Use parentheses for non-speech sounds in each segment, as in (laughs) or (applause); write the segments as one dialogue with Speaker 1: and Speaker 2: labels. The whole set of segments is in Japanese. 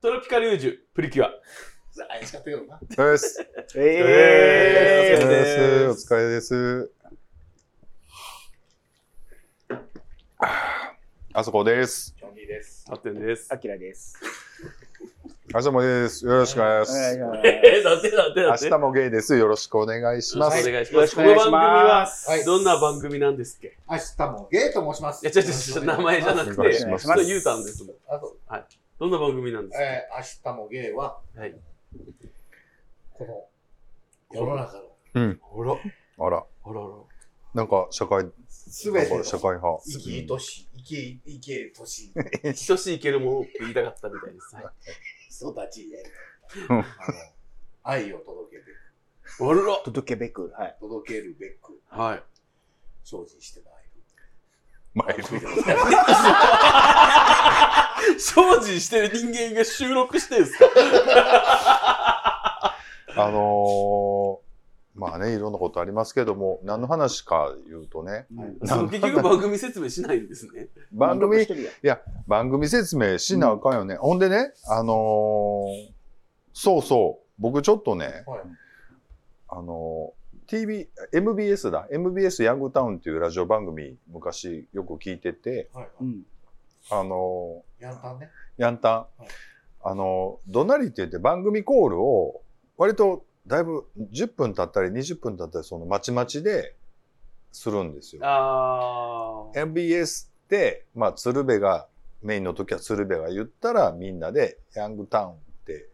Speaker 1: トロピカル宇宙、プリキュア。
Speaker 2: 怪しかったけどな。
Speaker 3: お疲れです。
Speaker 1: えーお
Speaker 3: お疲れです。お疲れです。あそこです。
Speaker 2: ジョニーです。
Speaker 1: サテンです。
Speaker 4: あきらです。
Speaker 3: あそこです。よろしくお願いします。
Speaker 4: ま
Speaker 1: えー、なんでなんでな
Speaker 3: 明
Speaker 1: んで
Speaker 3: 日もゲイです。よろしくお願いしま
Speaker 2: はい
Speaker 3: す。
Speaker 1: お願いし
Speaker 4: よ
Speaker 1: ま
Speaker 4: ろ
Speaker 1: す。
Speaker 4: し
Speaker 1: こ
Speaker 4: くお
Speaker 1: の
Speaker 4: 願い
Speaker 1: 番
Speaker 4: し
Speaker 1: 組
Speaker 4: ま
Speaker 1: は、
Speaker 4: す。
Speaker 2: はい
Speaker 1: どんな番組なんですっけ
Speaker 2: 明日もゲイと申します。
Speaker 1: いや違う違う違う名前じゃなくて
Speaker 3: お願いします
Speaker 1: ちょっと言うたんですもん。
Speaker 2: あと、
Speaker 1: どんな番組なんですか、
Speaker 2: えー、明日もゲイは、
Speaker 1: はい。
Speaker 2: この世の中の
Speaker 1: あら、あ
Speaker 3: あら、
Speaker 1: らあら。
Speaker 3: なんか社会、なん
Speaker 2: すべて
Speaker 3: か
Speaker 2: の
Speaker 3: 社会派。
Speaker 2: 生きとし、生き、生きとし、
Speaker 1: 等しいけるものって言いたかったみたいです。はい、
Speaker 2: 育ちで、あ
Speaker 3: うん
Speaker 2: の、愛を届けて、
Speaker 1: あ
Speaker 4: 届けべく、はい。
Speaker 2: 届けるべく、
Speaker 1: らはい。
Speaker 2: 精進してまいる。
Speaker 1: 精
Speaker 3: まあ、
Speaker 1: 進してる人間が収録してるんですか
Speaker 3: あのー、まあね、いろんなことありますけども、何の話か言うとね、
Speaker 1: その結局番組説明しないんですね。
Speaker 3: 番組
Speaker 4: 一人や
Speaker 3: 番組説明しなあかんよね。ほんでね、あのーそうそう、僕ちょっとね、
Speaker 2: はい
Speaker 3: あのー TV、MBS だ、MBS ヤングタウンっていうラジオ番組、昔よく聞いてて、
Speaker 2: はい。
Speaker 4: うん。
Speaker 3: あの
Speaker 2: ヤンタンね。
Speaker 3: ーヤンタン
Speaker 2: い、
Speaker 3: あのー、どなりって言って番組コールを、割とだいぶ10分経ったり20分経ったり、そのまちまちでするんですよ。
Speaker 1: あ
Speaker 3: MBS で、まあ、鶴瓶が、メインの時は鶴瓶が言ったら、みんなで、ヤングタウンって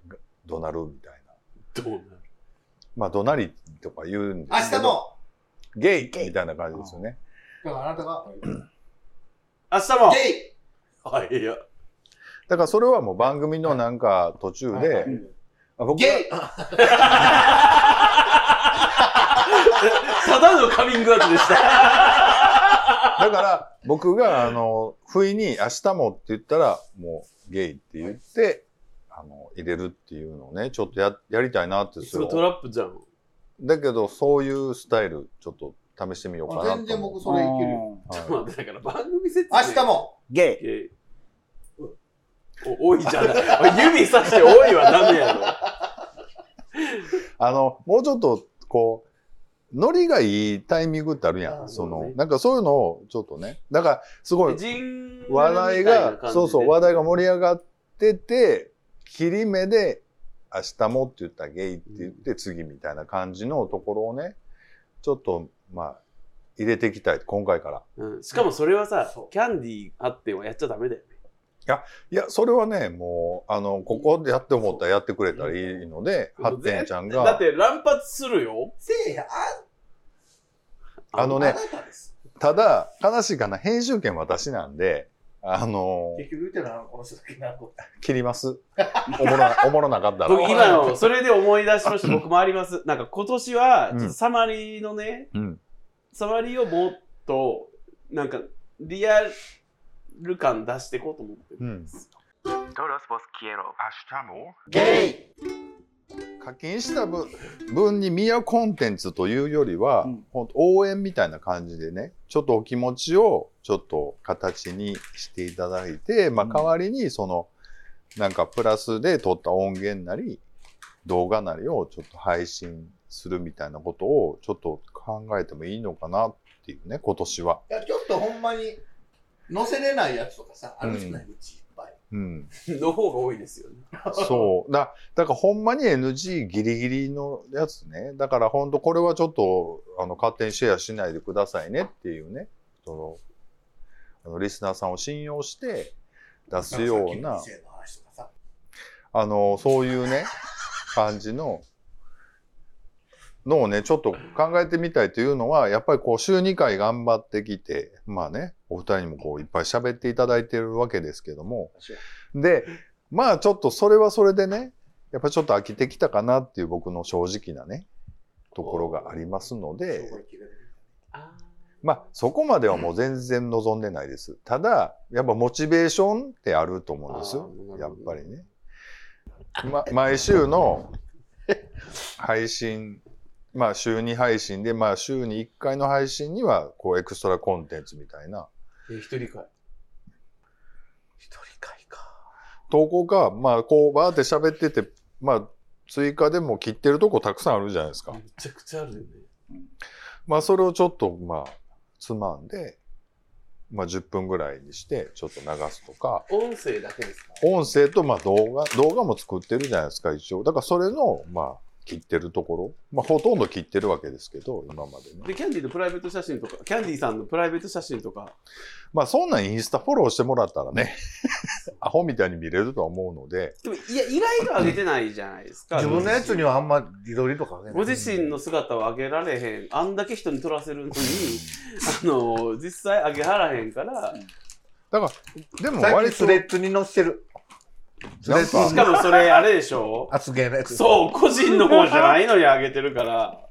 Speaker 3: 怒鳴るみたいな。
Speaker 1: ー。どうなる
Speaker 3: まあ、怒鳴りとか言うんで
Speaker 2: 明
Speaker 3: すけ
Speaker 2: 日
Speaker 3: ど。
Speaker 2: も
Speaker 3: ゲイみたいな感じですよね。
Speaker 2: だからあなたが、
Speaker 1: 明日も
Speaker 2: ゲイ
Speaker 1: はい、いや。
Speaker 3: だからそれはもう番組のなんか途中
Speaker 2: はいは
Speaker 3: で
Speaker 2: い、
Speaker 3: あ僕が
Speaker 2: ゲイ
Speaker 1: ただのカミングアウトでした。
Speaker 3: だから僕が、あの、不意に明日もって言ったら、もうゲイって言って、あの、入れるっていうのをね、ちょっとや、やりたいなってす
Speaker 1: それ
Speaker 3: る。
Speaker 1: トラップじゃん。
Speaker 3: だけど、そういうスタイル、ちょっと試してみようかなと思う。
Speaker 2: 全然僕それいけるよ。
Speaker 3: はい
Speaker 1: まあ、だから番組説明。
Speaker 2: 明日も
Speaker 4: ゲイ。
Speaker 1: えーお (laughs) 多いじゃない。指さして多いはダメやろ。
Speaker 3: (laughs) あの、もうちょっと、こう、ノリがいいタイミングってあるや
Speaker 2: あ
Speaker 3: ん。そ
Speaker 1: そうね
Speaker 3: の、なんかそういうのをちょっとね。だから、すごい、
Speaker 1: 人
Speaker 3: 話題が、そうそう、話題が盛り上がってて、切り目で、明日もって言ったらゲイって言って、次みたいな感じのところをね、ちょっと、まあ、入れていきたい、今回から。
Speaker 1: うん、しかもそれはさ
Speaker 2: そう、
Speaker 1: キャンディーあってはやっちゃダメだよね。
Speaker 3: いや、それはね、もう、あの、ここでやって思ったらやってくれたらいいので、ハッテンちゃん
Speaker 1: だっ
Speaker 3: が、
Speaker 1: て乱発するよ。
Speaker 2: せいや、
Speaker 3: あ
Speaker 2: あ
Speaker 3: の
Speaker 2: な
Speaker 3: ね、
Speaker 2: たです。
Speaker 3: ただ、悲しいかな、編集権私なんで、あの
Speaker 2: 結局言ってるのはこの人だけなの。
Speaker 3: 切
Speaker 1: (laughs)
Speaker 3: ります。おもろな、おもろなかったら。
Speaker 1: 僕今の、それで思い出しました。僕もあります。なんか今年は、
Speaker 3: うん
Speaker 1: ちょっとサマリーのね、
Speaker 3: うん。
Speaker 1: サマリーをもっと、なんか、リアル感出していこうと思ってる。
Speaker 3: うん。
Speaker 2: ゲ
Speaker 3: 課金した分分に見合うコンテンツというよりは、
Speaker 4: うん
Speaker 3: ほんと応援みたいな感じでね、ちょっとお気持ちをちょっと形にしていただいて、まあ
Speaker 4: うん
Speaker 3: 代わりにその、なんかプラスで撮った音源なり、動画なりをちょっと配信するみたいなことをちょっと考えてもいいのかなっていうね、今年は。
Speaker 2: イいや、ちょっとほんまに、載せれないやつとかさ、あるじゃないうちいっぱい。
Speaker 3: うん。
Speaker 1: の方が多いですよね。
Speaker 3: そう。だ、だからほんまに NG ギリギリのやつね。だからほんとこれはちょっと、あの、勝手にシェアしないでくださいねっていうね。その、あの、リスナーさんを信用して出すよう
Speaker 2: なん
Speaker 3: な
Speaker 2: かさっきの、店の話とかさ
Speaker 3: あの、そういうね、感じの、のをね、ちょっと考えてみたいというのは、やっぱりこう、週2回頑張ってきて、まあね、お二人にもこう、いっぱい喋っていただいてるわけですけども、で、まあちょっとそれはそれでね、やっぱりちょっと飽きてきたかなっていう僕の正直なね、ところがありますので
Speaker 2: す、ごい綺麗
Speaker 1: あ
Speaker 3: まあそこまではもう全然望んでないです。ただ、やっぱモチベーションってあると思うんですよ
Speaker 1: あー。な
Speaker 3: や
Speaker 1: る
Speaker 3: っ
Speaker 1: ほど
Speaker 3: ぱりね。ま、毎週
Speaker 1: (laughs)
Speaker 3: の配信、まあ週2配信で、まあ週に1回の配信には、こうエクストラコンテンツみたいな。
Speaker 1: ーえ一人会。一人会か。
Speaker 3: 投稿か、まあ、こう、バーって喋ってて、まあ、追加でも切ってるとこたくさんあるじゃないですか。
Speaker 1: めちゃくちゃあるよね。
Speaker 3: まあ、それをちょっと、まあ、つまんで、まあ、10分ぐらいにして、ちょっと流すとか、
Speaker 2: 音声だけですか
Speaker 3: 音声と、まあ、動画、動画も作ってるじゃないですか、一応。だから、それの、まあ、切ってるところ。まあ、ほとんど切ってるわけですけど、今までね。
Speaker 1: で、キャンディーのプライベート写真とか、キャンディーさんのプライベート写真とか、
Speaker 3: まあ、そんなんインスタフォローしてもらったらね、 (laughs) アホみたいに見れるとは思うので、
Speaker 1: でも、いや、意外と上げてないじゃないですか。
Speaker 4: 自分のやつにはあんま自撮りとかね。
Speaker 1: ご自身の姿を上げられへん、あんだけ人に撮らせるのに、 (laughs) あの、実際上げはらへんから、
Speaker 3: だから、でも
Speaker 4: 最
Speaker 3: 割
Speaker 4: 近ス
Speaker 3: と、
Speaker 4: レッズに載せてる。スレ
Speaker 3: なん
Speaker 4: ッ
Speaker 1: し
Speaker 4: ズ
Speaker 3: か、
Speaker 1: かもそれあれでしょ
Speaker 4: 厚芸のやつ。
Speaker 1: そう、個人の方じゃないのに上げてるから。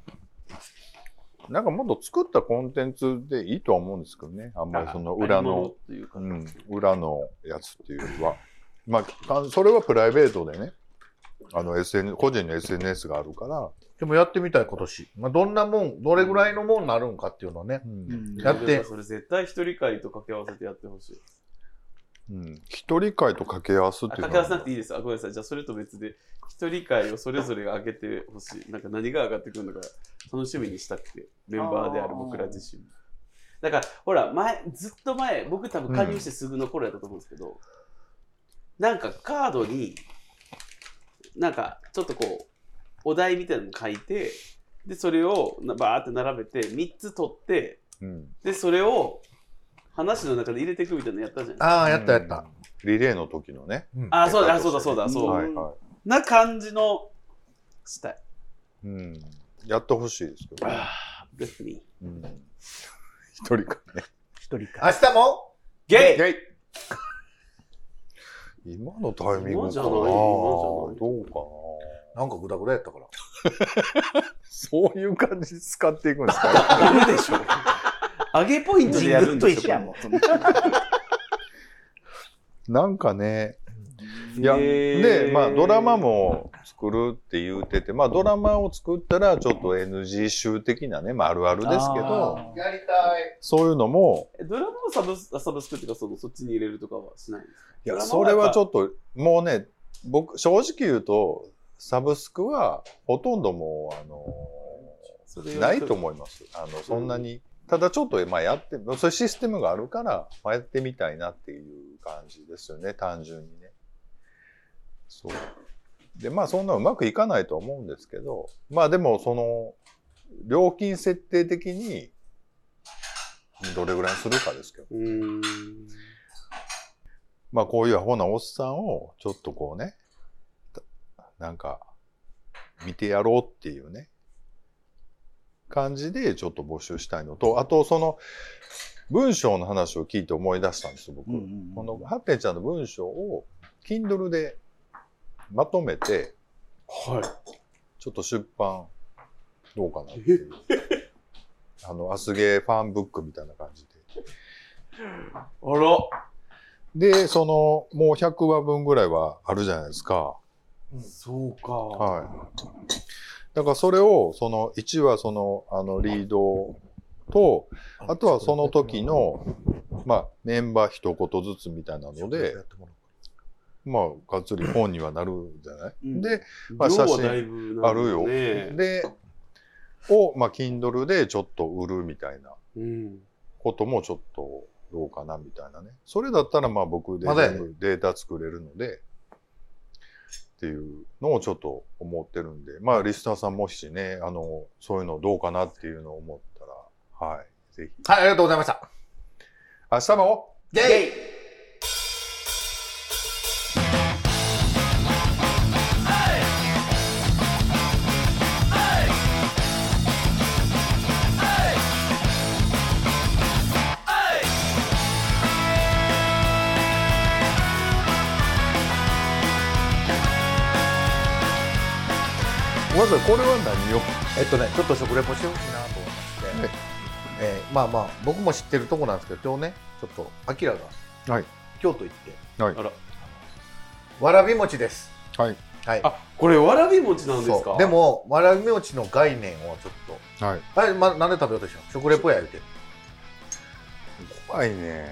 Speaker 3: なんかもっと作ったコンテンツでいいとは思うんですけどね、あんまりその裏
Speaker 1: 買い物っ
Speaker 3: の、
Speaker 1: ていうか
Speaker 3: うん、裏のやつっていうよりは、まあか、それはプライベートでね、あの SN、個人の SNS があるから、
Speaker 4: でもやってみたい今年。まあ、どんなもん、どれぐらいのもんなるんかっていうのはね。
Speaker 3: うん
Speaker 2: ん
Speaker 4: やって
Speaker 1: それ絶対一人会と掛け合わせてやってほしい。
Speaker 3: うん一人会と掛け合わす
Speaker 1: あ
Speaker 3: っていう
Speaker 1: 掛
Speaker 3: の
Speaker 1: け合わせなくて
Speaker 3: は、
Speaker 1: いいです。あ、ごめんなさい。じゃあそれと別で、一人会をそれぞれが上げてほしい。なんか何が上がってくるのか楽しみにしたくて、メンバーである僕ら自身も。だから、ほら、前、ずっと前、僕多分加入してすぐの頃やったと思うんですけど、なんかカードに、なんかちょっとこう、お題みたいなの書いて、で、それをなバーって並べて、3つ取って、
Speaker 3: うん、
Speaker 1: で、それを話の中で入れていくみたいなのやったじゃないですか。
Speaker 4: ああ、やったやった。
Speaker 3: リレーの時のね、
Speaker 4: うん
Speaker 1: あ、そうだ、あそうだ、そうだ、そう。
Speaker 3: はいは
Speaker 1: な感じのしたい。
Speaker 3: い、うん、やってほしいですけど、ね、
Speaker 1: あー別に。
Speaker 4: (laughs)
Speaker 3: うん、一人会ね。
Speaker 1: 一人か。
Speaker 4: 明日も
Speaker 1: ゲイ
Speaker 3: ゲイ今のタイミング
Speaker 1: 今じ
Speaker 3: か
Speaker 1: ゃ
Speaker 3: な
Speaker 1: ない今じゃない
Speaker 3: どうかな
Speaker 4: なんかグダグダやったから。
Speaker 3: そういう感じで使っていくんですか
Speaker 1: あるでし (laughs) ょ。上げポイントでやるんでしょ。
Speaker 3: (laughs) なんかね。
Speaker 1: い
Speaker 3: いや、で、まあドラマ。も作るって言うてて、まあドラマを作ったらちょっと NG 集的なね、まああるあるですけど、
Speaker 2: やりたい。
Speaker 3: そういうのも、
Speaker 1: ドラマをサブスサブスクっていうかその、そっちに入れるとかはしないんですか
Speaker 3: い
Speaker 1: ド
Speaker 3: や、
Speaker 1: ラマ
Speaker 3: そ
Speaker 1: は
Speaker 3: れ
Speaker 1: やっぱ
Speaker 3: はちょっと、もうね、僕、正直言うと、サブスクはほとんどもう、あの
Speaker 1: それ
Speaker 3: ないと思います。あの、そんなに。ただちょっと、まあ、やって、そういうシステムがあるから、まあ、やってみたいなっていう感じですよね、単純にね。そう。で、まあ、そんなうまくいかないとは思うんですけど、まあ、でも、その、料金設定的に、どれぐらいにするかですけど、
Speaker 1: うーん。
Speaker 3: まあ、こういうアホなおっさんを、ちょっとこうね、たなんか、見てやろうっていうね、感じでちょっと募集したいのと、あと、その、文章の話を聞いて思い出したんです、僕。この、ハッテンちゃんの文章を、Kindle でまとめて、
Speaker 1: は
Speaker 3: ちょっと出版、どうかなっていう。 (laughs) あの、アスゲーファンブックみたいな感じで。
Speaker 1: い。あら。
Speaker 3: で、その、もう100話分ぐらいはあるじゃないですか。
Speaker 1: そうか。
Speaker 3: はい。だからそれを、その1はその、あの、リードと、あとはその時の、まあ、メンバー一言ずつみたいなので、まあ、がっつり本にはなるじゃない、
Speaker 2: うん
Speaker 3: で、ま
Speaker 1: ま
Speaker 3: あ
Speaker 1: あ、写
Speaker 3: 写真
Speaker 1: 真だいぶな
Speaker 3: あるよ。
Speaker 1: ね
Speaker 3: で、を、まあ、Kindle でちょっと売るみたいな
Speaker 1: うん。
Speaker 3: こともちょっとどうかなみたいなね。それだったら、まあ、僕で
Speaker 4: まだやね
Speaker 3: 全部データ作れるので、っていうのをちょっと思ってるんで、まあ、リスナーさんもしね、あの、そういうのどうかなっていうのを思ったら、はい、ぜひ。
Speaker 4: はい、ありがとうございました。
Speaker 3: 明日も
Speaker 4: ゲイ
Speaker 3: ごめんなさい、これは何よ。
Speaker 4: えっとね、ちょっと食レポしてほしいなと思いまして、えーまあまあ、僕も知ってるとこなんですけど、今日ね、ちょっと、アキラが、
Speaker 3: はい
Speaker 4: 京都行って、
Speaker 3: はい
Speaker 1: あら
Speaker 4: わらび餅です。
Speaker 3: はい。
Speaker 4: はい。
Speaker 1: あ、これ、わらび餅なんです
Speaker 4: そ
Speaker 1: か
Speaker 4: うで、も、わらび餅の概念をちょっと、
Speaker 3: はい。
Speaker 4: あれ、ま、なんで食べようとしたの食レポや言うて。
Speaker 3: (laughs) 怖いね。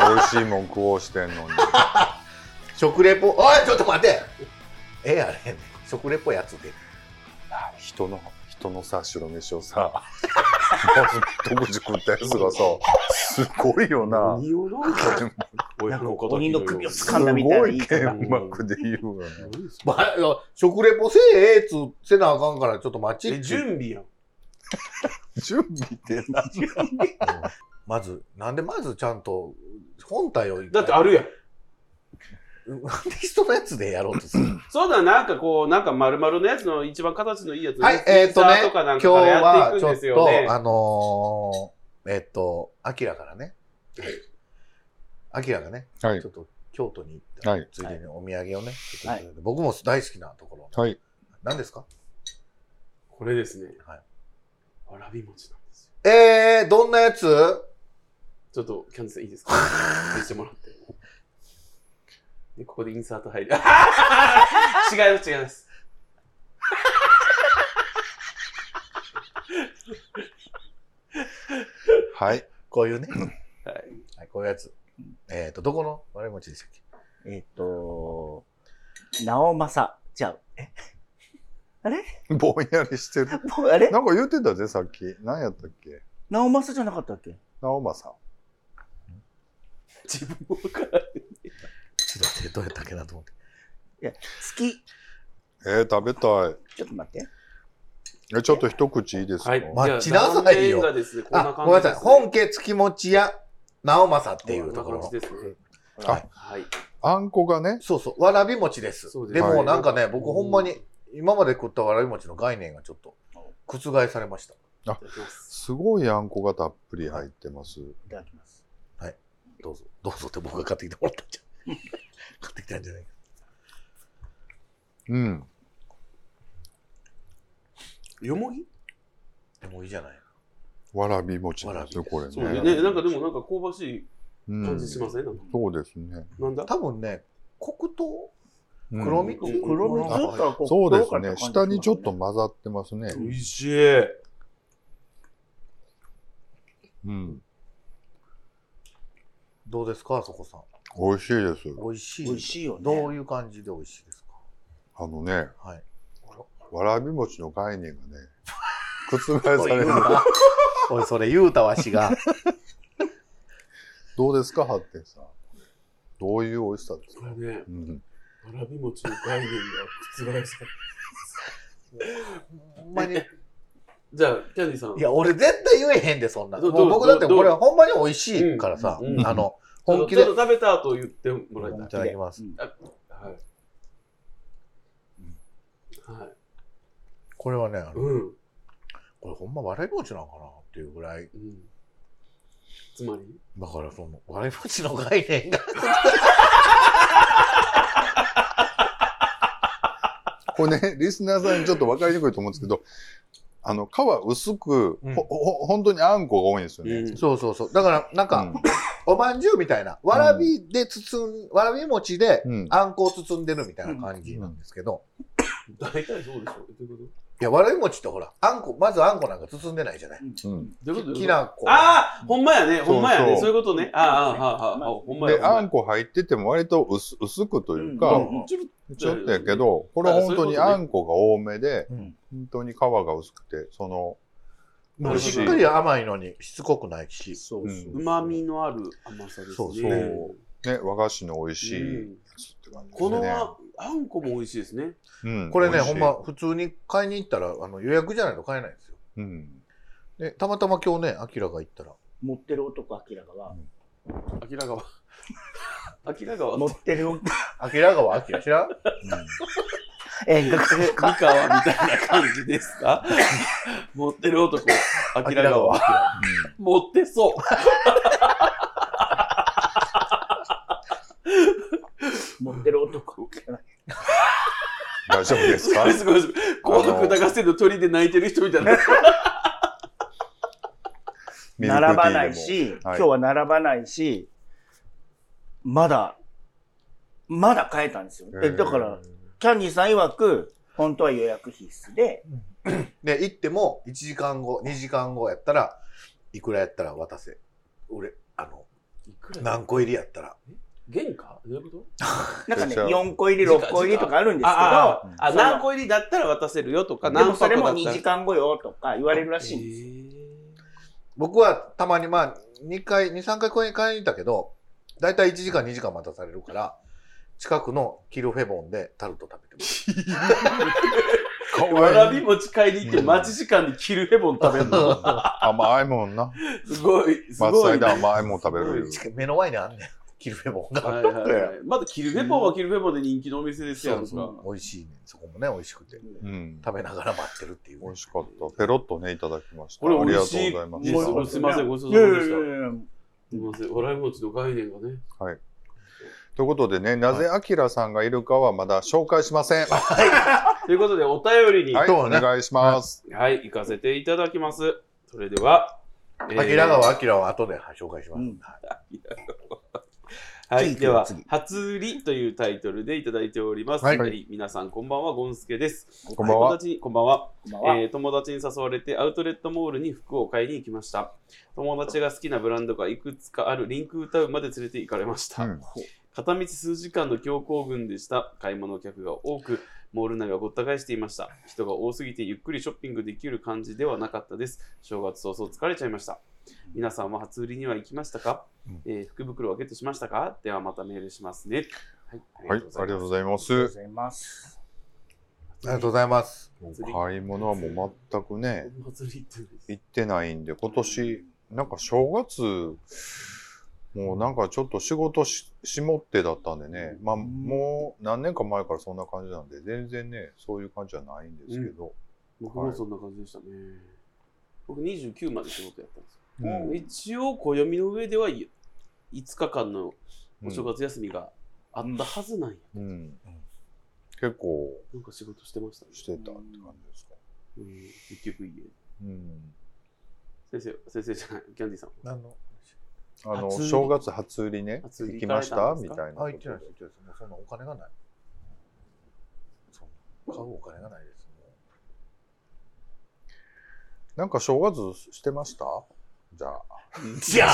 Speaker 3: 美味しいもん食おうしてんのに。
Speaker 4: 食レポ、おい、ちょっと待ってええやれ、食レポやつで。
Speaker 3: 人の人のさ白飯を (laughs) さ一口食ったやつがさ (laughs) すごいよな
Speaker 1: 鬼をなんか親子敵
Speaker 5: 鬼の首を
Speaker 1: ように
Speaker 5: 掴んだみたいな言い
Speaker 3: すごい
Speaker 5: 方
Speaker 3: 剣幕で言うわね
Speaker 1: 何です
Speaker 4: ま
Speaker 1: か
Speaker 4: あ、いや食レポせええっつせなあかんから、ちょっと待ちっ
Speaker 1: え
Speaker 4: て。
Speaker 1: 準備やん
Speaker 3: 準備ってな
Speaker 4: まず、なんでまずちゃんと本体を。
Speaker 1: だって
Speaker 4: (laughs)
Speaker 1: あるやん
Speaker 4: なんで人のやつでやろうとするの
Speaker 1: そうだなんかこうなんか丸々のやつの一番形のいいやつね
Speaker 4: はい、えーっと
Speaker 1: ミキサー
Speaker 4: ね、
Speaker 1: かな
Speaker 4: 今
Speaker 1: ん
Speaker 4: 日
Speaker 1: かからやっ
Speaker 4: は
Speaker 1: てい
Speaker 4: ち
Speaker 1: くん
Speaker 4: ょ
Speaker 1: で
Speaker 4: っ
Speaker 1: すよね
Speaker 4: と、あのー、えーっと、アキラからね、アキラがね、
Speaker 3: はい
Speaker 4: ちょっと京都に行
Speaker 3: は
Speaker 4: っ
Speaker 3: い
Speaker 4: て、ついでにお土産をね、ちょっと
Speaker 5: は
Speaker 4: い
Speaker 5: い
Speaker 4: ただいて僕も大好きなところ。
Speaker 3: はい
Speaker 4: 何ですか
Speaker 1: これですね
Speaker 4: はい
Speaker 1: わらび餅なんですよ
Speaker 4: えー、どんなやつ
Speaker 1: ちょっとキャンディーさんいい
Speaker 4: (laughs)
Speaker 1: ですか見せてもらってでここでインサート入る (laughs) 違います違います
Speaker 3: はい
Speaker 4: こういうね、
Speaker 1: はい
Speaker 4: はいこういうやつ。えーっと、どこのわれ餅でしたっけ
Speaker 5: (laughs) えっと、直政。じゃう。
Speaker 3: ぼんやりしてる
Speaker 5: もうあれ
Speaker 3: なんか言ってたぜさっき何やったっけ
Speaker 5: 直政じゃなかったっけ
Speaker 3: 直馬さん
Speaker 1: 自分も分からない
Speaker 4: ちょっと待って、どうやったっけなと思って。
Speaker 5: 月。
Speaker 3: えー、食べたい
Speaker 5: ちょっと待って。
Speaker 3: えちょっと一口いいですか、
Speaker 1: はい
Speaker 4: 待ちなさいよ
Speaker 1: じゃあ断面がですねこん
Speaker 4: あ
Speaker 1: な、
Speaker 4: ごめ
Speaker 1: 感じ
Speaker 4: んなさ
Speaker 1: で
Speaker 4: い。
Speaker 1: す、ね、
Speaker 4: 本家月餅屋直政っていうとこ
Speaker 1: んな感。
Speaker 4: ろ
Speaker 1: じですね
Speaker 3: あ
Speaker 4: はい
Speaker 1: はい
Speaker 3: あんこがね
Speaker 4: そうそう、わらび餅です。
Speaker 1: そうです
Speaker 4: で
Speaker 3: は
Speaker 4: も
Speaker 3: い
Speaker 4: なんかね、僕ほんまに今まで食ったわらび餅の概念がちょっと覆されました。
Speaker 1: いただきます
Speaker 3: すごいあんこがたっぷり入ってます
Speaker 5: いただきます。
Speaker 4: どうぞ、どうぞって僕が買ってきてもらったんじゃ (laughs) ん。買ってきたんじゃないか。
Speaker 3: うん
Speaker 1: よもぎ
Speaker 4: でもいいじゃない。
Speaker 3: わらび餅なんですよ
Speaker 4: わ
Speaker 3: これ
Speaker 1: そうね
Speaker 3: ね
Speaker 1: ねなんかでもなんか香ばしい
Speaker 3: うん
Speaker 1: 感じしません、なんか
Speaker 3: そうですね
Speaker 1: なんだ
Speaker 4: 多分ね、黒糖
Speaker 3: うん
Speaker 4: 黒蜜、
Speaker 1: うん
Speaker 5: 黒蜜
Speaker 3: あ
Speaker 5: ちょっとこ
Speaker 3: そう
Speaker 5: 黒
Speaker 3: です
Speaker 5: かった
Speaker 3: ね
Speaker 5: 感じします
Speaker 3: 下にちょっと混ざってますね
Speaker 1: 美味しい
Speaker 3: うん
Speaker 4: どうですか、あそこさん。
Speaker 3: 美味しいです
Speaker 4: 美味しい。
Speaker 5: 美味しいよね。
Speaker 4: どういう感じで美味しいです
Speaker 3: あのね
Speaker 4: かはい。
Speaker 3: わらび餅の概念がね覆される
Speaker 4: おい、それ言うたわしが。
Speaker 3: どうですか発展さんどういう美味しさです
Speaker 1: こ
Speaker 3: か
Speaker 1: れね
Speaker 3: うん
Speaker 1: わらび餅の概念が覆され
Speaker 4: ほ
Speaker 1: (laughs)
Speaker 4: んまに。い
Speaker 1: じゃあ、キャンディーさん。
Speaker 4: や、俺絶対言えへんで、そんな。
Speaker 1: ど
Speaker 4: も
Speaker 1: うどう
Speaker 4: う僕だって
Speaker 1: どう
Speaker 4: これほんまに美味しいからさ
Speaker 1: うんう、ん
Speaker 4: あの、
Speaker 1: ちょ
Speaker 4: 本
Speaker 1: っと
Speaker 4: 気
Speaker 1: ち
Speaker 4: で
Speaker 1: ょっ。と食べた後言ってもらい
Speaker 4: い
Speaker 1: た
Speaker 4: ただきます。
Speaker 1: い。はい。はい。
Speaker 4: これはね、あの
Speaker 1: うん。
Speaker 4: これほんま笑い餅なんかなっていうぐらい。
Speaker 1: うん。つまり
Speaker 4: だからその、笑い餅の概念が。
Speaker 3: これねリ (laughs) スナーさんにちょっと分かりにくいと思うんですけどあの皮薄く、
Speaker 4: うん
Speaker 3: ほほ本当にあんこが多いんですよね、
Speaker 1: うん
Speaker 4: そうそうそう。だから、なんか、おまんじゅうみたいな、わらびで包ん、わらび餅で、
Speaker 3: うんうん
Speaker 4: あんこを包んでるみたいな感じなんですけど、
Speaker 1: 大体そうでしょどういうこ
Speaker 4: いや、わらび餅ってほら、あんこ、まずあんこなんか包んでないじゃない。
Speaker 3: うん
Speaker 1: とどういうこと
Speaker 4: きな粉。
Speaker 1: ああほんまやね、ほんまやね。
Speaker 3: そ
Speaker 1: そう
Speaker 3: そう
Speaker 1: いうことね。ああ、ああ、ああ、ああ、ほんまや。
Speaker 3: であんこ入ってても割と薄薄くというか、
Speaker 5: うんうん
Speaker 1: ちょっ
Speaker 3: ちょっとやけどこれ本当にあんこが多めで
Speaker 4: うん
Speaker 3: 本当に皮が薄くてその
Speaker 4: もうしっかり甘いのにしつこくないし。
Speaker 5: そうそう
Speaker 1: と、うまみのある甘さですね。
Speaker 4: そうそう
Speaker 3: ね和菓子の美味しい
Speaker 1: うん
Speaker 3: やつって感じで
Speaker 1: こ
Speaker 3: す
Speaker 1: の
Speaker 3: ね。
Speaker 1: ああんこも美味しいですね。
Speaker 3: うん
Speaker 4: これね、
Speaker 3: 美味
Speaker 4: ほ
Speaker 3: しい
Speaker 4: んま、普通に買いに行ったら、あの予約じゃないと買えないんですよ。
Speaker 3: うん。
Speaker 4: で、たまたま今日ね、アキラが行ったら、
Speaker 5: 持ってる男、明らかは。
Speaker 1: 明ら川。明ら川
Speaker 5: 持ってる男、
Speaker 4: アキラ川アキラ知らん
Speaker 1: (laughs)
Speaker 5: え、学
Speaker 1: え
Speaker 5: 生
Speaker 1: 三河みたいな感じです (laughs) か持ってる男、あきら川。持ってそう。
Speaker 5: 持ってる男。
Speaker 3: 大丈夫ですか
Speaker 1: (laughs) ごめんなさいごめんなさい紅白歌合戦の鳥で泣いてる人みたいな。
Speaker 3: ミルクティーでも
Speaker 5: 並ばないし、
Speaker 3: はい
Speaker 5: 今日は並ばないし、まだ、まだ変えたんですよ。
Speaker 3: へ
Speaker 5: え
Speaker 3: ー
Speaker 5: だから、キャンディーさん曰く、本当は予約必須で、
Speaker 4: で、行っても、1時間後、2時間後やったら、いくらやったら渡せ。俺、あの、何個入りやったら、
Speaker 1: 原価どういうこと
Speaker 5: なんかね、
Speaker 3: じゃあ
Speaker 5: 4個入り、6個入りとかあるんですけど、
Speaker 1: あ
Speaker 3: うん
Speaker 1: ああ何個入りだったら渡せるよとか、
Speaker 5: でも
Speaker 1: 何
Speaker 5: そ
Speaker 1: 箱
Speaker 5: れ
Speaker 1: だった
Speaker 5: も
Speaker 1: ら
Speaker 5: 2時間後よとか言われるらしいんです。
Speaker 1: え
Speaker 4: 僕はたまにまあ2回23回公園に買いに行ったけど大体1時間2時間待たされるから近くのキルフェボンでタルト食べてます
Speaker 3: か
Speaker 1: ーわら
Speaker 3: わい
Speaker 1: び
Speaker 3: い。
Speaker 1: 餅買いに行って
Speaker 3: うん
Speaker 1: 待ち時間にキルヘボン食べるの
Speaker 3: 甘いもんな。
Speaker 1: すごいす
Speaker 3: マッ
Speaker 1: ご
Speaker 3: サ
Speaker 1: い
Speaker 3: イで甘いもん食べ
Speaker 1: すご
Speaker 3: れ
Speaker 1: い
Speaker 3: る。
Speaker 4: 近く目の前にあんねんキルフェボン
Speaker 1: は
Speaker 4: が
Speaker 1: いはいはいまだキルヘボンはキルヘボンで人気のお店ですやんか
Speaker 4: そう美味しいねそこもね美味しくて
Speaker 3: うん。
Speaker 4: 食べながら待ってるっていう
Speaker 3: 美味しかった。ペロッとね、いただきました。あ
Speaker 1: これ美
Speaker 3: りがと
Speaker 1: 味しいう
Speaker 3: ございます。
Speaker 1: もうすいませんごちそう
Speaker 5: いやい
Speaker 1: さま
Speaker 5: や
Speaker 1: でした
Speaker 5: いやいや
Speaker 1: すいませんわらび餅の概念がね
Speaker 3: ということでね、なぜアキラさんがいるかはまだ紹介しません。は
Speaker 1: ということでお便りに
Speaker 3: い、
Speaker 4: そう
Speaker 3: お
Speaker 4: ね
Speaker 3: 願いします。
Speaker 1: はい、行かせていただきます。それでは、えー
Speaker 4: 明川明は後で紹介します、
Speaker 5: うん
Speaker 4: はい
Speaker 1: はい、
Speaker 5: 次行く
Speaker 1: で
Speaker 5: よ
Speaker 1: は
Speaker 5: 次、
Speaker 1: 初売りというタイトルでいただいております。
Speaker 3: は
Speaker 1: はいい、皆さんこんばんは、ゴンスケです。
Speaker 3: こんばんは
Speaker 1: 友達にこんばんは。
Speaker 5: こんばんは
Speaker 1: えー友達に誘われてアウトレットモールに服を買いに行きました友達が好きなブランドがいくつかあるリンクタウンまで連れて行かれました、
Speaker 3: うん
Speaker 1: 片道数時間の強行軍でした買い物客が多くモール内はごった返していました人が多すぎてゆっくりショッピングできる感じではなかったです正月早々疲れちゃいました皆さんは初売りには行きましたか、
Speaker 3: うん
Speaker 1: えー福袋をゲットしましたかではまたメールしますねはい、
Speaker 3: はい、ありがとうございま
Speaker 5: ありがとう
Speaker 3: す
Speaker 5: ご。ざいます。
Speaker 4: ありがとうございます
Speaker 3: 買い物はもう全くね、
Speaker 1: お祭りってです
Speaker 3: 行ってないんで、今年、なんか正月、もうなんかちょっと仕事しもってだったんでね、まあもう何年か前からそんな感じなんで、全然ね、そういう感じじゃないんですけど、
Speaker 1: 僕もそんな感じでしたね。僕29まで仕事やったんです
Speaker 3: う
Speaker 1: よ。
Speaker 3: ん
Speaker 1: 一応、暦の上ではい5日間のお正月休みがあったはずなんや。
Speaker 3: うん結構
Speaker 1: なんか仕事してましたね。
Speaker 3: してたって感じですか。
Speaker 1: うん、結局家で。
Speaker 3: うん
Speaker 1: 先生、先生じゃない、キャンディさん。
Speaker 4: 何の
Speaker 3: あの
Speaker 1: 初売り
Speaker 3: 正月初売りね、
Speaker 1: 初売り
Speaker 3: 行きました
Speaker 1: 行かれたん
Speaker 3: み
Speaker 1: ですか
Speaker 3: たいな
Speaker 4: あ、
Speaker 3: こ
Speaker 4: 言って
Speaker 3: と
Speaker 4: ないです、言ってないです。もうそんなお金がない。そう買うお金がないです。も
Speaker 3: なんか正月してましたじゃあ。
Speaker 4: うじゃあ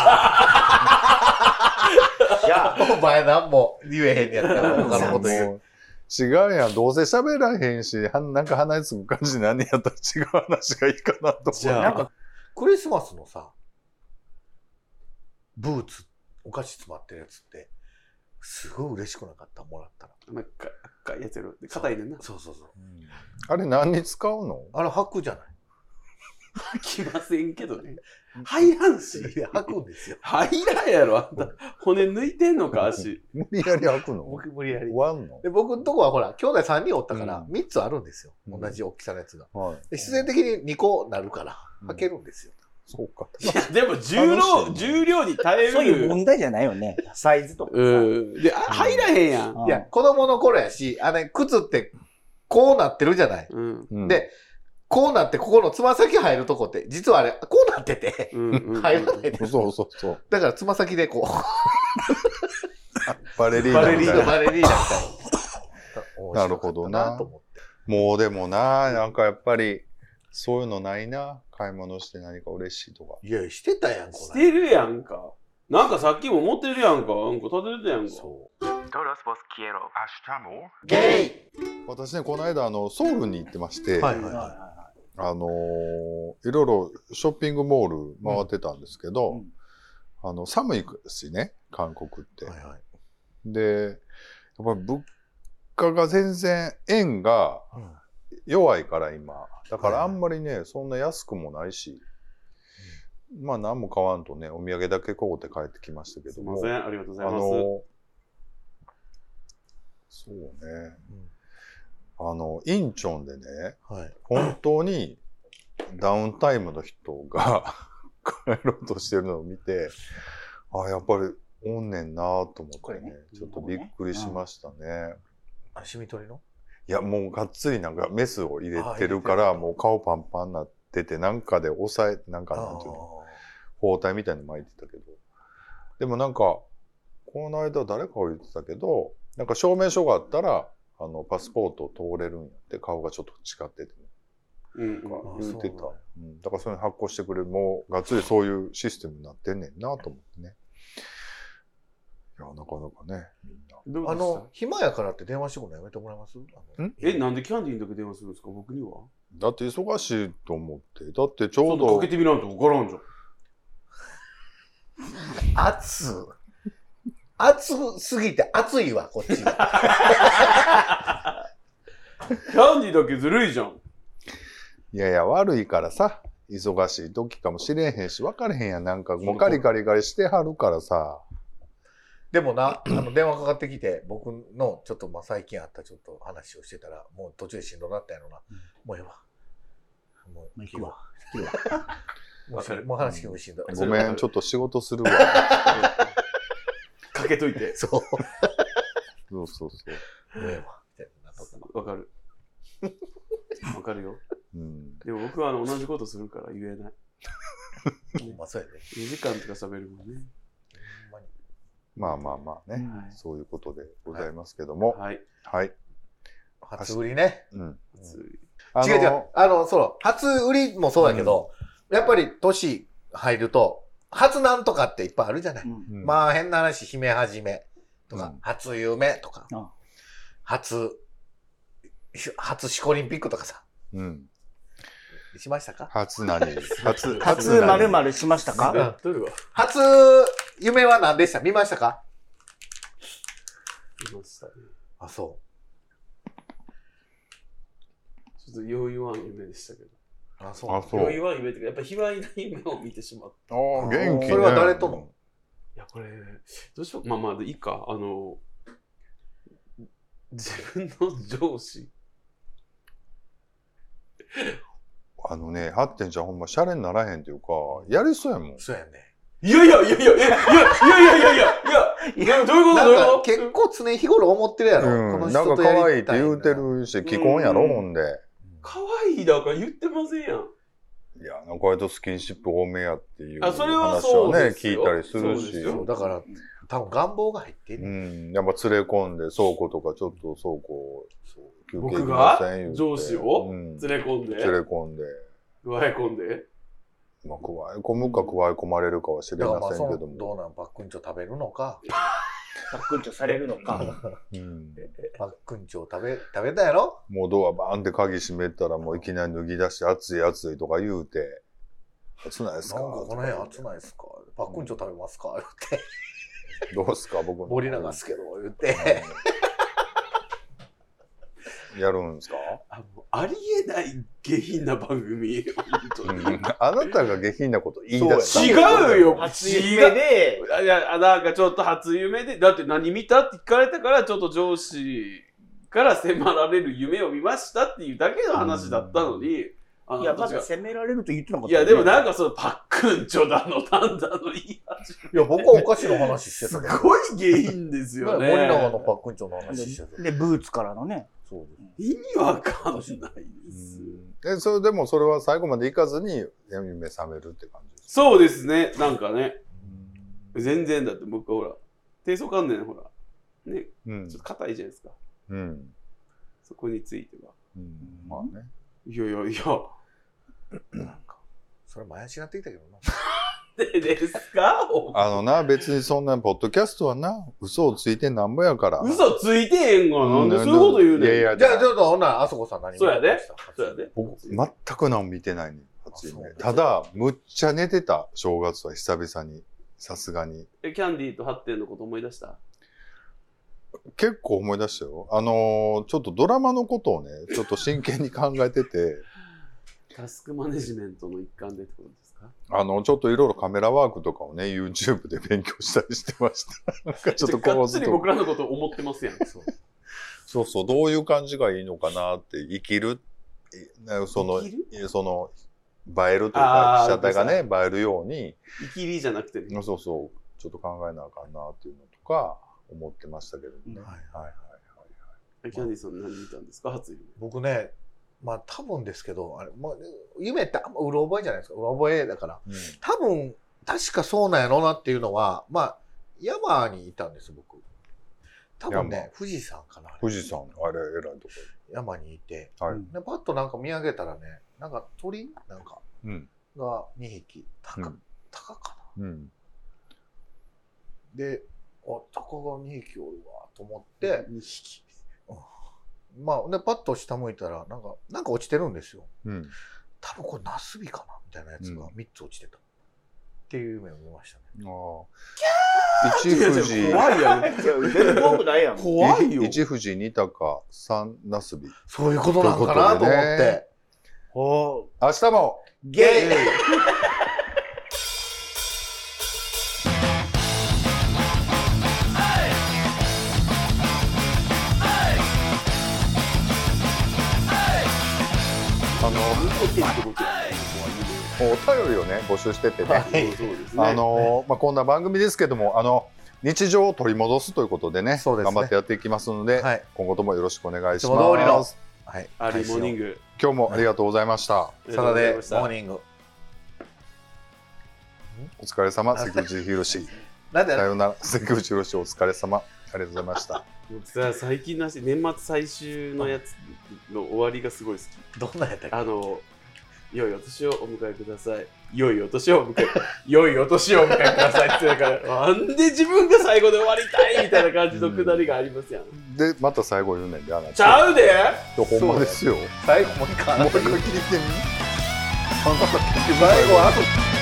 Speaker 4: じゃあ (laughs) お前何も言えへんやったら他の
Speaker 3: (laughs)
Speaker 4: こと言う。
Speaker 3: もう違うやん。どうせ喋らへんし、はなんか鼻につく感じなんやったら違う話がいいかなと
Speaker 1: じ
Speaker 3: 思う。
Speaker 1: ゃあ
Speaker 4: なんか、クリスマスのさ、ブーツ、お菓子詰まってるやつって、すごい嬉しくなかった、もらったら。
Speaker 1: なんか、赤いやつやろ。で硬いねんな。
Speaker 4: (laughs) そうそうそう。
Speaker 3: あれ何に使うの
Speaker 4: あれ履くじゃない
Speaker 1: 来ませんけどね。入らんし。
Speaker 4: いや履くんですよ。
Speaker 1: 入らんやろ、あんた。骨抜いてんのか、足。
Speaker 3: 無理やり開くの
Speaker 4: 僕無理やり
Speaker 3: 終。わんの
Speaker 4: で僕のとこはほら、兄弟3人おったから、
Speaker 3: うん
Speaker 4: 3つあるんですよ。
Speaker 3: うん
Speaker 4: 同じ大きさのやつが。
Speaker 3: はい。
Speaker 4: で必然的に2個なるから、
Speaker 3: うん
Speaker 4: 履けるんですよ。
Speaker 3: そうか。
Speaker 1: いや、でも重量、重量に耐え
Speaker 5: そういう
Speaker 1: る。
Speaker 5: 問題じゃないよね。サイズとかさ。
Speaker 1: うん。で、あ入らへんやん。
Speaker 5: う
Speaker 4: い
Speaker 5: ん
Speaker 4: や、、子供の頃やし、あれ、靴ってこうなってるじゃない。
Speaker 1: うん。
Speaker 3: うん
Speaker 4: で、こうなって、ここのつま先入るとこって、実はあれ、こうなってて、
Speaker 1: うんうんうん
Speaker 4: (laughs) 入らないで
Speaker 3: そう
Speaker 4: す。
Speaker 3: そうそうそう。
Speaker 4: だから、つま先でこう、
Speaker 3: バレリーナ
Speaker 4: バレ
Speaker 3: み
Speaker 4: リー
Speaker 3: たい
Speaker 4: ナ、
Speaker 3: な。
Speaker 4: バレリーナみたいな。
Speaker 3: なるほどな
Speaker 4: 面白かったと思って
Speaker 3: もうでもな、なんかやっぱり、そういうのないな。買い物して何か嬉しいとか。
Speaker 4: いや、してたやん、こ
Speaker 1: し
Speaker 4: れ。
Speaker 1: てるやんか。なんかさっきも持ってるやんか。なんか立ててたやんか。
Speaker 4: そう。
Speaker 5: ゲイ
Speaker 3: 私ね、この間、あの、ソウルに行ってまして、
Speaker 4: はい
Speaker 5: はいはい
Speaker 4: は
Speaker 5: は
Speaker 3: あのーいろいろショッピングモール回ってたんですけど、
Speaker 5: うんうん
Speaker 3: あの寒いしね韓国って。
Speaker 4: い。はいはい
Speaker 3: でやっぱり物価が全然円が弱いから今だからあんまりね、そんな安くもないし、まあ何も買わんとねお土産だけ買うて帰ってきましたけ
Speaker 1: す
Speaker 3: ど
Speaker 1: いま
Speaker 3: も
Speaker 1: せん。ありがとうござい
Speaker 3: あ
Speaker 1: ます。
Speaker 3: のそうね、あのインチョンでね、
Speaker 4: はい。
Speaker 3: 本当にダウンタイムの人が (laughs) 帰ろうとしてるのを見て、あ、やっぱりおんねんなと思
Speaker 5: こ
Speaker 3: って
Speaker 5: れ
Speaker 3: ね
Speaker 5: ね
Speaker 3: ちょっとびっくりしましたね。
Speaker 4: あ、シミ取りの
Speaker 3: いや、もうがっつりなんかメスを入れてるから、
Speaker 4: あ入れてる
Speaker 3: もう顔パンパンになってて、なんかで押さえ、なんかなんていうの、
Speaker 4: あ
Speaker 3: 包帯みたいに巻いてたけど。でもなんか、この間誰かが言ってたけど、なんか証明書があったら、あの、パスポート通れるんやって、顔がちょっと違ってて。
Speaker 1: うんうん
Speaker 4: あ
Speaker 3: 言うてた
Speaker 4: そうなんや
Speaker 3: うん、だからそれ発行してくれるもうがっつりそういうシステムになってんねんなと思ってねいや、なかなかね、みんな。
Speaker 1: どうで
Speaker 4: あ
Speaker 1: した
Speaker 4: の、暇やからって電話してくるのやめてもらえますあの
Speaker 3: ん
Speaker 1: え、なんでキャンディーの時電話するんですか僕には
Speaker 3: だって忙しいと思って。だってち
Speaker 1: ち
Speaker 3: ょうど
Speaker 1: かけ、てみらんと分からんじゃん。
Speaker 4: 熱熱すぎて熱いわ、こっちが。
Speaker 1: キャンディーだけずるいじゃ (laughs) ん。
Speaker 3: いやいや、悪いからさ、忙しい時かもしれへんし、分かれへんやん。なんか、もうカリカリカリしてはるからさ。
Speaker 4: でもな、あの、電話かかってきて、僕の、ちょっと、まあ、最近あったちょっと話をしてたら、もう途中でしんどなったやろな。もうええわ。もう、
Speaker 5: もう行くわ。
Speaker 4: 行くわ。 (laughs) もう
Speaker 1: わか
Speaker 4: し
Speaker 1: る
Speaker 4: もう話聞くのしんどい。
Speaker 1: うん
Speaker 3: ごめん、ちょっと仕事するわ。
Speaker 1: かけといて。
Speaker 4: (laughs) そう。
Speaker 3: そうそうそう。
Speaker 4: もうええわ。みたいなったから
Speaker 1: わかる。わかるよ。
Speaker 3: うん。
Speaker 1: でも僕はあの同じことするから言えない。
Speaker 4: ほんまそうやね。
Speaker 1: 2時間とか喋るもんね。
Speaker 4: ほんまに。
Speaker 3: まあまあまあね。
Speaker 1: はい
Speaker 3: そういうことでございますけども。
Speaker 1: はい。
Speaker 3: はい。
Speaker 4: 初売りね。
Speaker 3: うん。
Speaker 1: 熱い
Speaker 3: あ
Speaker 4: 違う違う。あの、そう、初売りもそうだけど、やっぱり年入ると、初なんとかっていっぱいあるじゃない。
Speaker 5: うん
Speaker 3: うん
Speaker 4: まあ、変な話、姫始めとか、
Speaker 3: うん
Speaker 4: 初夢とか、
Speaker 5: あ
Speaker 4: 初、初シコリンピックとかさ、
Speaker 3: うん。
Speaker 4: しましたか
Speaker 3: 初何初、
Speaker 5: 初まるま
Speaker 3: る。
Speaker 5: るしました
Speaker 1: や
Speaker 5: か
Speaker 1: っとるわ。
Speaker 4: 初夢は何でした見ましたか
Speaker 1: いましたね。
Speaker 4: あ、そ
Speaker 1: ちょっとよう言わん夢でしたけど。
Speaker 4: う。あ、そう。
Speaker 3: あ、そ
Speaker 1: よう
Speaker 3: う。
Speaker 1: 言わん夢っていうか、やっぱ卑猥な夢を見てしまう。
Speaker 3: あー元気ね。
Speaker 4: それは誰との
Speaker 1: いや、これ、どうしよう。まあまあ、いいか。あの、自分の上司。
Speaker 3: あのね、ハッテンちゃんほんま、シャレにならへんっていうか、やりそうやもん。
Speaker 4: そうやね。
Speaker 1: いやいやいやいやいやいやいやいやいやいやいやどういうことどういう
Speaker 4: なんか
Speaker 1: こ
Speaker 4: 結構常日頃思ってるやろ。この
Speaker 3: うん、な
Speaker 4: 人
Speaker 3: んか
Speaker 4: とやり
Speaker 3: 可
Speaker 4: た
Speaker 3: 愛
Speaker 4: い
Speaker 3: いって言うてるし、既婚やろ、
Speaker 1: うん
Speaker 3: ほんで。
Speaker 1: とかわいいだから言ってませんやん。
Speaker 3: いや、なんか割とスキンシップ多めやっていう
Speaker 1: あ
Speaker 3: 話
Speaker 1: そ
Speaker 3: は
Speaker 1: れはそう
Speaker 3: ね、
Speaker 1: です
Speaker 3: 聞
Speaker 1: よ
Speaker 3: いたりする
Speaker 1: そうです
Speaker 3: し。
Speaker 1: よ
Speaker 4: そうだから、多分願望が入ってる。
Speaker 3: うん、やっぱ連れ込んで、倉庫とかちょっと倉庫、そう休
Speaker 1: 僕
Speaker 3: 行きま
Speaker 1: が
Speaker 3: せん言うて
Speaker 1: 上司を
Speaker 3: うん連
Speaker 1: 連れ込んで、
Speaker 3: れ込んで、
Speaker 1: 割り込んで。
Speaker 3: まあ、くわえ込むかくわえ込まれるかは知
Speaker 4: だ
Speaker 3: れ
Speaker 4: から
Speaker 3: ま
Speaker 4: まあ
Speaker 3: せん
Speaker 4: そ
Speaker 3: け
Speaker 4: の
Speaker 3: ど
Speaker 4: どう
Speaker 3: も。
Speaker 4: なんパックンチョ食べるのか
Speaker 5: パックンチョされるのか。
Speaker 3: うん
Speaker 4: パックンチョ食べ食べたやろ
Speaker 3: もうドアバーンって鍵閉めたら、もういきなり脱ぎ出して、暑い暑いとか言うて、暑ないで
Speaker 4: なん
Speaker 3: す
Speaker 4: か
Speaker 3: か
Speaker 4: この辺熱ないですかパックンチョ食べますか言って
Speaker 3: どうすか僕の
Speaker 4: 森永っすけど言って
Speaker 3: やるんですか、
Speaker 1: あのありえない下品な番組。
Speaker 3: う
Speaker 1: 本
Speaker 3: ん、あなたが下品なこと言い出した
Speaker 1: 当に違うよ。
Speaker 5: 初
Speaker 1: 違
Speaker 5: 夢
Speaker 1: う
Speaker 5: で、
Speaker 1: いや、なんかちょっと初夢で、だって何見たって聞かれたから、ちょっと上司から迫られる夢を見ましたっていうだけの話だったのに、あの
Speaker 5: いや、ま
Speaker 1: 私が
Speaker 5: だ責められると言ってなかっ
Speaker 1: い
Speaker 5: たよ
Speaker 1: や、
Speaker 5: ね。
Speaker 1: でもなんかそのパックンチョだの、なんだの、いや、
Speaker 4: いや僕はお菓子の話して
Speaker 1: す
Speaker 4: たけど、
Speaker 1: ごい下品ですよ
Speaker 4: 森
Speaker 1: ね。
Speaker 4: 永のパックンチョの話してた
Speaker 5: で、ブーツからのね。
Speaker 4: そうです
Speaker 1: 意味わかんないです。
Speaker 3: えそれでもそれは最後までいかずに夢覚めるって感じです
Speaker 1: そうですね、なんかね。全然だって僕ほら、低層観念ほら、ね、
Speaker 3: うん
Speaker 1: ちょっと硬いじゃないですか。
Speaker 3: うん、
Speaker 1: そこについては。
Speaker 3: うん、まあね
Speaker 1: いやいやいや。
Speaker 4: それ前足なってきたけどな
Speaker 1: (laughs) でですかお
Speaker 3: あのな別にそんなポッドキャストはな嘘をついてなんぼやから
Speaker 1: 嘘ついてへんがな。なんでそ
Speaker 3: う
Speaker 1: ういうこと言うねん。
Speaker 3: いやいや
Speaker 4: じゃあちょっとほんならあそこさん何
Speaker 1: そうやでそうや
Speaker 4: で
Speaker 1: で。
Speaker 3: 僕全く何も見てないね初夢
Speaker 4: あそう
Speaker 3: ただむっちゃ寝てた正月は久々にさすがに
Speaker 1: えキャンディーとハッテンのこと思い出した
Speaker 3: 結構思い出したよあのーちょっとドラマのことをねちょっと真剣に考えてて (laughs)
Speaker 1: タスクマネジメントの一環でってことですか
Speaker 3: あのちょっといろいろカメラワークとかをね YouTube で勉強したりしてました (laughs) なんかちょっと
Speaker 1: が
Speaker 3: 構
Speaker 1: っつ
Speaker 3: 図
Speaker 1: り
Speaker 3: と
Speaker 1: 僕
Speaker 3: から
Speaker 1: のこと思ってますやん。そう
Speaker 3: そうそうどういう感じがいいのかなって生きるいなその
Speaker 1: 生きる
Speaker 3: いその映えるという
Speaker 1: あー
Speaker 3: か被写体がね映えるように
Speaker 1: 生きりじゃなくてね。
Speaker 3: そうそうちょっと考えなあかんなっていうのとか思ってましたけどね、
Speaker 5: うん
Speaker 3: はいはいはい
Speaker 1: えキャンディーさん何見たんですか初夢。
Speaker 4: 僕ねまあ多分ですけどあれ、まあ、夢ってあんまうろ覚えじゃないですかうろ覚えだから
Speaker 3: うん
Speaker 4: 多分、確かそうなんやろうなっていうのは、まあ、山にいたんです、僕。多分ね、富士山かな。
Speaker 3: 富士山あれ偉いとこ
Speaker 4: 山にいて。
Speaker 3: ろはい、
Speaker 5: うん
Speaker 4: で、パッとなんか見上げたらね、なんか鳥なんか
Speaker 3: うん
Speaker 4: が2匹。高、
Speaker 3: うん
Speaker 4: 高かな。
Speaker 3: うん
Speaker 4: で、あ高が2匹おるわと思って、
Speaker 1: 2匹。
Speaker 4: まあ、でパッと下向いたらなんかなんか落ちてるんですよ
Speaker 3: うん。
Speaker 4: 多分これナスビかなみたいなやつが
Speaker 3: う
Speaker 4: 3つ落ちてた、っていう夢を見ましたね
Speaker 3: ああ。一富士、
Speaker 1: 怖いやん。
Speaker 5: 全然怖くないやん。
Speaker 1: 怖いよ。
Speaker 3: 一富士、二鷹、三ナスビ。
Speaker 4: そういうことなんかなと思
Speaker 3: ということで
Speaker 4: っ
Speaker 3: ね
Speaker 4: て。
Speaker 5: お
Speaker 3: 明日も
Speaker 5: ゲイ
Speaker 3: あのお便りをね募集しててね、
Speaker 1: そうですね。
Speaker 3: あのまあ、こんな番組ですけどもあの日常を取り戻すということでね
Speaker 4: そうですね
Speaker 3: 頑張ってやっていきますので、
Speaker 4: はい、
Speaker 3: 今後ともよろしくお願いし
Speaker 4: いつも通りの
Speaker 3: ます。
Speaker 4: はい、
Speaker 1: アリーモーニン
Speaker 4: グ
Speaker 1: グ。
Speaker 3: 今日もありがとうございました。
Speaker 1: あり
Speaker 4: サ
Speaker 1: がとうご
Speaker 4: タ
Speaker 1: ざい
Speaker 4: デー
Speaker 1: ました
Speaker 4: モーニング
Speaker 3: お疲れ様、関口
Speaker 4: (laughs)
Speaker 3: 博士。
Speaker 4: なんで
Speaker 3: さようなら、関口博士、お疲れ様。ありがとうございました。
Speaker 1: 僕さ最近の話年末最終のやつの終わりがすごい好き
Speaker 4: どんなやったっけ
Speaker 1: あの良いお年をお迎えください良いお年をお迎え良いお年をお迎えくださいってだ
Speaker 4: (laughs)
Speaker 1: からなんで自分が最後で終わりたいみたいな感じのくだりがありますやん、
Speaker 3: で、また最後言うねんで、あな
Speaker 1: ちゃうで
Speaker 3: ほんまですよ。もう
Speaker 4: 最後もう一回
Speaker 3: 一回聞いてみ。
Speaker 4: 最後はあと